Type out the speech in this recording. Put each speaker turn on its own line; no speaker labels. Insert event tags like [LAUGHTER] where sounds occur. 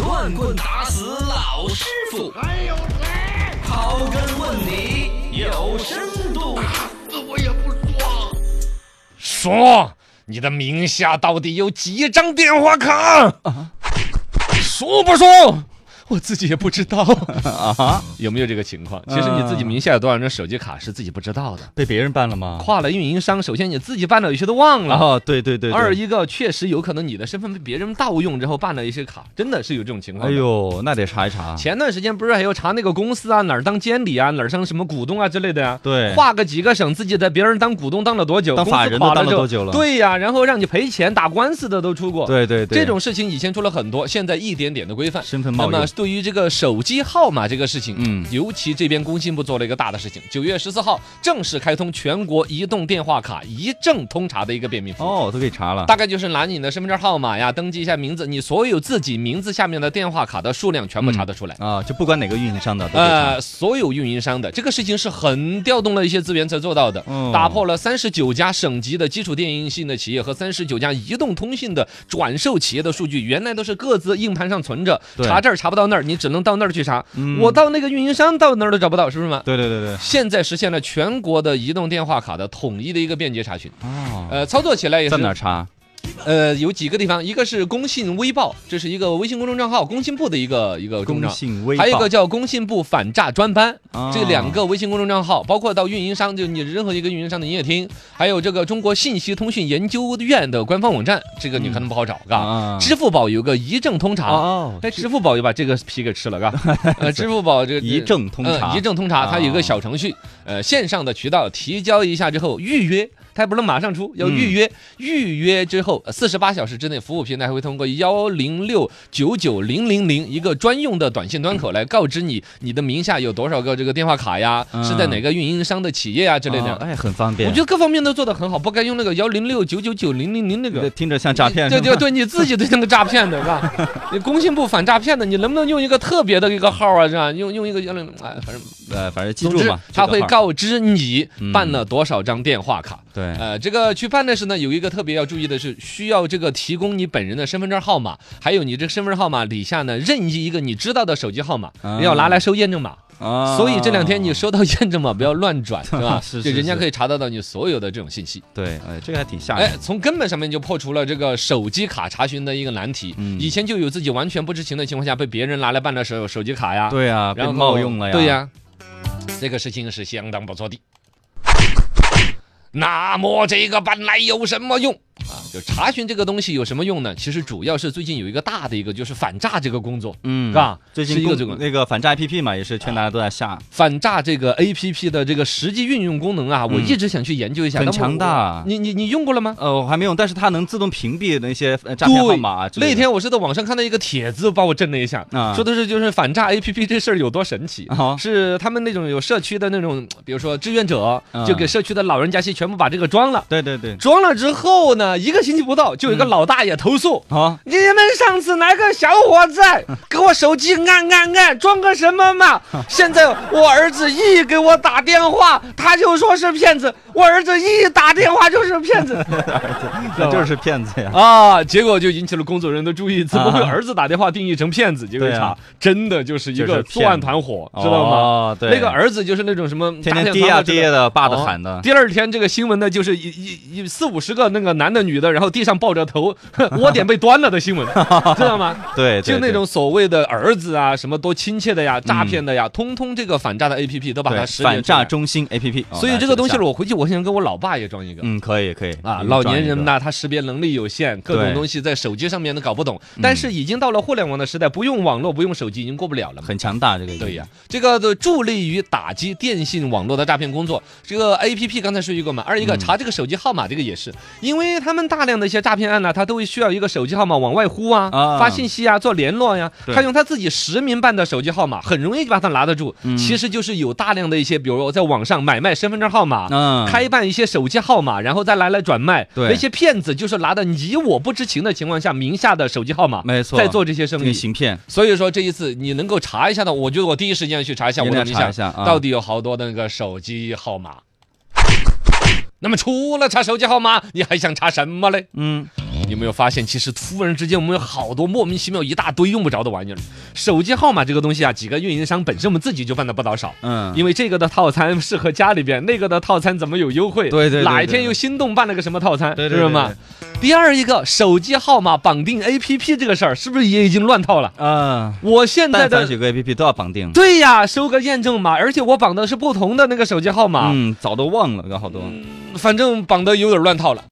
乱棍打死老师傅，
还有谁？
刨根问底有深度。
那我也不说。
说你的名下到底有几张电话卡？说不说？我自己也不知道嗯
啊哈，
有没有这个情况。其实你自己名下有多少张手机卡是自己不知道的，
被别人办了吗？
跨了运营商，首先你自己办了，有些都忘了。
啊，对对对，对
二，一个确实有可能你的身份被别人盗用之后办了一些卡，真的是有这种情况
哎
的。
呦，那得查一查。
前段时间不是还有查那个公司啊，哪儿当监理啊，哪儿当什么股东啊之类的呀、
对，
跨个几个省，自己在别人当股东当了多久，
当
公司
法人
垮
都当
了
了
之后
多久了
对呀、然后让你赔钱打官司的都出过。
对对对，
这种事情以前出了很多，现在一点点的规范。
身份
那
冒
么
用，
对于这个手机号码这个事情，
嗯
尤其这边工信部做了一个大的事情，九月十四号正式开通全国移动电话卡一证通查的一个便民服务。
哦，都给查了。
大概就是拿你的身份证号码呀，登记一下名字，你所有自己名字下面的电话卡的数量全部查得出来。
啊，就不管哪个运营商的都给查。
呃，所有运营商的这个事情是很调动了一些资源才做到的，
嗯
打破了三十九家省级的基础电信的企业和三十九家移动通信的转售企业的数据，原来都是各自硬盘上存着，
对
查这儿查不到那儿，你只能到那儿去查。
嗯
我到那个运营商到哪儿都找不到，是不是嘛？
对对对对，
现在实现了全国的移动电话卡的统一的一个便捷查询，
哦，
呃，操作起来也是
在哪儿查？
呃，有几个地方，一个是工信微报，这是一个微信公众账号，工信部的一个一个公
工
账。
信微报，
还有一个叫工信部反诈专班，
啊
这两个微信公众账号，包括到运营商，就你任何一个运营商的营业厅，还有这个中国信息通讯研究院的官方网站，这个你可能不好找，嘎。
啊，
支付宝有个一证通查，
哦，
哎，支付宝又把这个皮给吃了，嘎。
[LAUGHS]
呃，支付宝这个
一证通查，
呃，一证通查，它有一
啊
个小程序，呃，线上的渠道提交一下之后预约。它不能马上出，要预约。
嗯
预约之后，呃四十八小时之内，服务平台会通过幺零六九九零零零一个专用的短信端口来告知你你的名下有多少个这个电话卡呀，
嗯
是在哪个运营商的企业呀之类
哦
的。
哎，很方便。
我觉得各方面都做得很好，不该用那个幺零六九九九零零零那个
这。听着像诈骗，
对
是吧
对对，你自己对那个诈骗的是吧？
[LAUGHS]
你工信部反诈骗的，你能不能用一个特别的一个号啊？是吧？用用一个幺零，哎，反正
呃，反正记
总
住
之
嘛，，
他
这个
会
号儿
告知你
嗯
办了多少张电话卡。
对，
呃，这个去办的时呢，有一个特别要注意的是，需要这个提供你本人的身份证号码，还有你这个身份证号码底下呢，任意一个你知道的手机号码，
啊
要拿来收验证码。
啊
所以这两天你收到验证码不要乱
[LAUGHS]
转，是吧？
是
就是人家
是
可以查得到你所有的这种信息。
对，哎，这个还挺吓
哎
人，，
从根本上面就破除了这个手机卡查询的一个难题。
嗯
以前就有自己完全不知情的情况下被别人拿来办的手手机卡呀，
对啊，被
哎然后
冒用了呀，
对，呀，这个事情是相当不错的。那么这个办来有什么用啊？就查询这个东西有什么用呢？其实主要是最近有一个大的一个就是反诈这个工作，
嗯
是，吧？
最
是
近
一个
公
这个啊
那个反诈 APP 嘛，也是全大家都在下，
反诈这个 A P P 的这个实际运用功能啊，我
嗯
一直想去研究一下。
很
那么
强大啊
我你你你用过了吗？
呃，我还没用，但是它能自动屏蔽那些呃诈骗号码啊之类
那
的。
天我是在网上看到一个帖子，把我震了一下，
啊
说的是就是反诈 A P P 这事儿有多神奇。
啊，
是他们那种有社区的那种，比如说志愿者
嗯，
就给社区的老人家去全部把这个装了。
对对对，
装了之后呢，一个星期不到，就有一个老大爷投诉。
啊，
你们上次来个小伙子给我手机按按按，装个什么嘛？
[LAUGHS]
现在我儿子一给我打电话，他就说是骗子；我儿子一打电话就是骗
[LAUGHS]
子
那就是骗子呀。
啊！结果就引起了工作人员的注意，怎么会
啊
儿子打电话定义成骗子？结果一
对
查
啊，
真的就是一
就是
个
骗子
作案团伙，知道吗？
哦，对，
那个儿子就是那种什么
天啊天
诈骗
爹
团
呀
伙之类
爹的，爸的
哦
喊的，
第二天这个新闻呢，就是一一一四五十个那个男的女的，然后地上抱着头， [LAUGHS] 哼窝点被端了的
[LAUGHS]
新闻，知道吗？
对，对
就那
对
种所谓的儿子啊，什么多亲切的呀、诈骗的呀，通通这个反诈的 A P P 都把它
对
识别
反
出来
诈。中心 APP，哦
所以这个东西，我回去我想跟我老爸也装一个。
嗯，可以可以
啊，老年人，
嗯
呐，他识别能力有限，各种
对嗯
东西在手机上面都搞不懂。但是已经到了互联网的时代，不用网络，不用手机，已经过不了了
装一个
嘛。
很强大这个，
对呀、，这个的助力于打击电信网络的诈骗工作。这个 A P P 刚才说一个嘛，二
嗯
一个查这个手机号码，这个也是，因为他们大量的一些诈骗案呢、他都会需要一个手机号码往外呼啊，
啊
发信息啊，做联络呀、
对
他用他自己实名办的手机号码，很容易就把他拿得住。
嗯
其实就是有大量的一些，比如说在网上买卖身份证号码。
嗯，
开办一些手机号码，然后再来来转卖。
对
那些骗子就是拿的你我不知情的情况下，名下的手机号码，
没错，
在做这些
这
生
个
意。
行骗，
所以说这一次你能够查一下的，我觉得我第一时间去查一下
一
我
定
的
要
名
查
下
一下啊
到底有好多的那个手机号码。那么除了查手机号码，你还想查什么嘞？
嗯，
有没有发现，其实突然之间我们有好多莫名其妙一大堆用不着的玩意儿？手机号码这个东西啊，几个运营商本身我们自己就犯的不老少。
嗯，
因为这个的套餐适合家里边，那个的套餐怎么有优惠？
对对对
哪一天又心动办了个什么套餐？
对对
是不是嘛？第二一个，手机号码绑定 APP 这个事儿，是不是也已经乱套了？
啊，
我现在
但
的
凡几个 A P P 都要绑定。
对呀，收个验证码，而且我
嗯
绑的是不同的那个手机号码，
嗯，早都忘了，有好多。
反正绑的有点乱套了。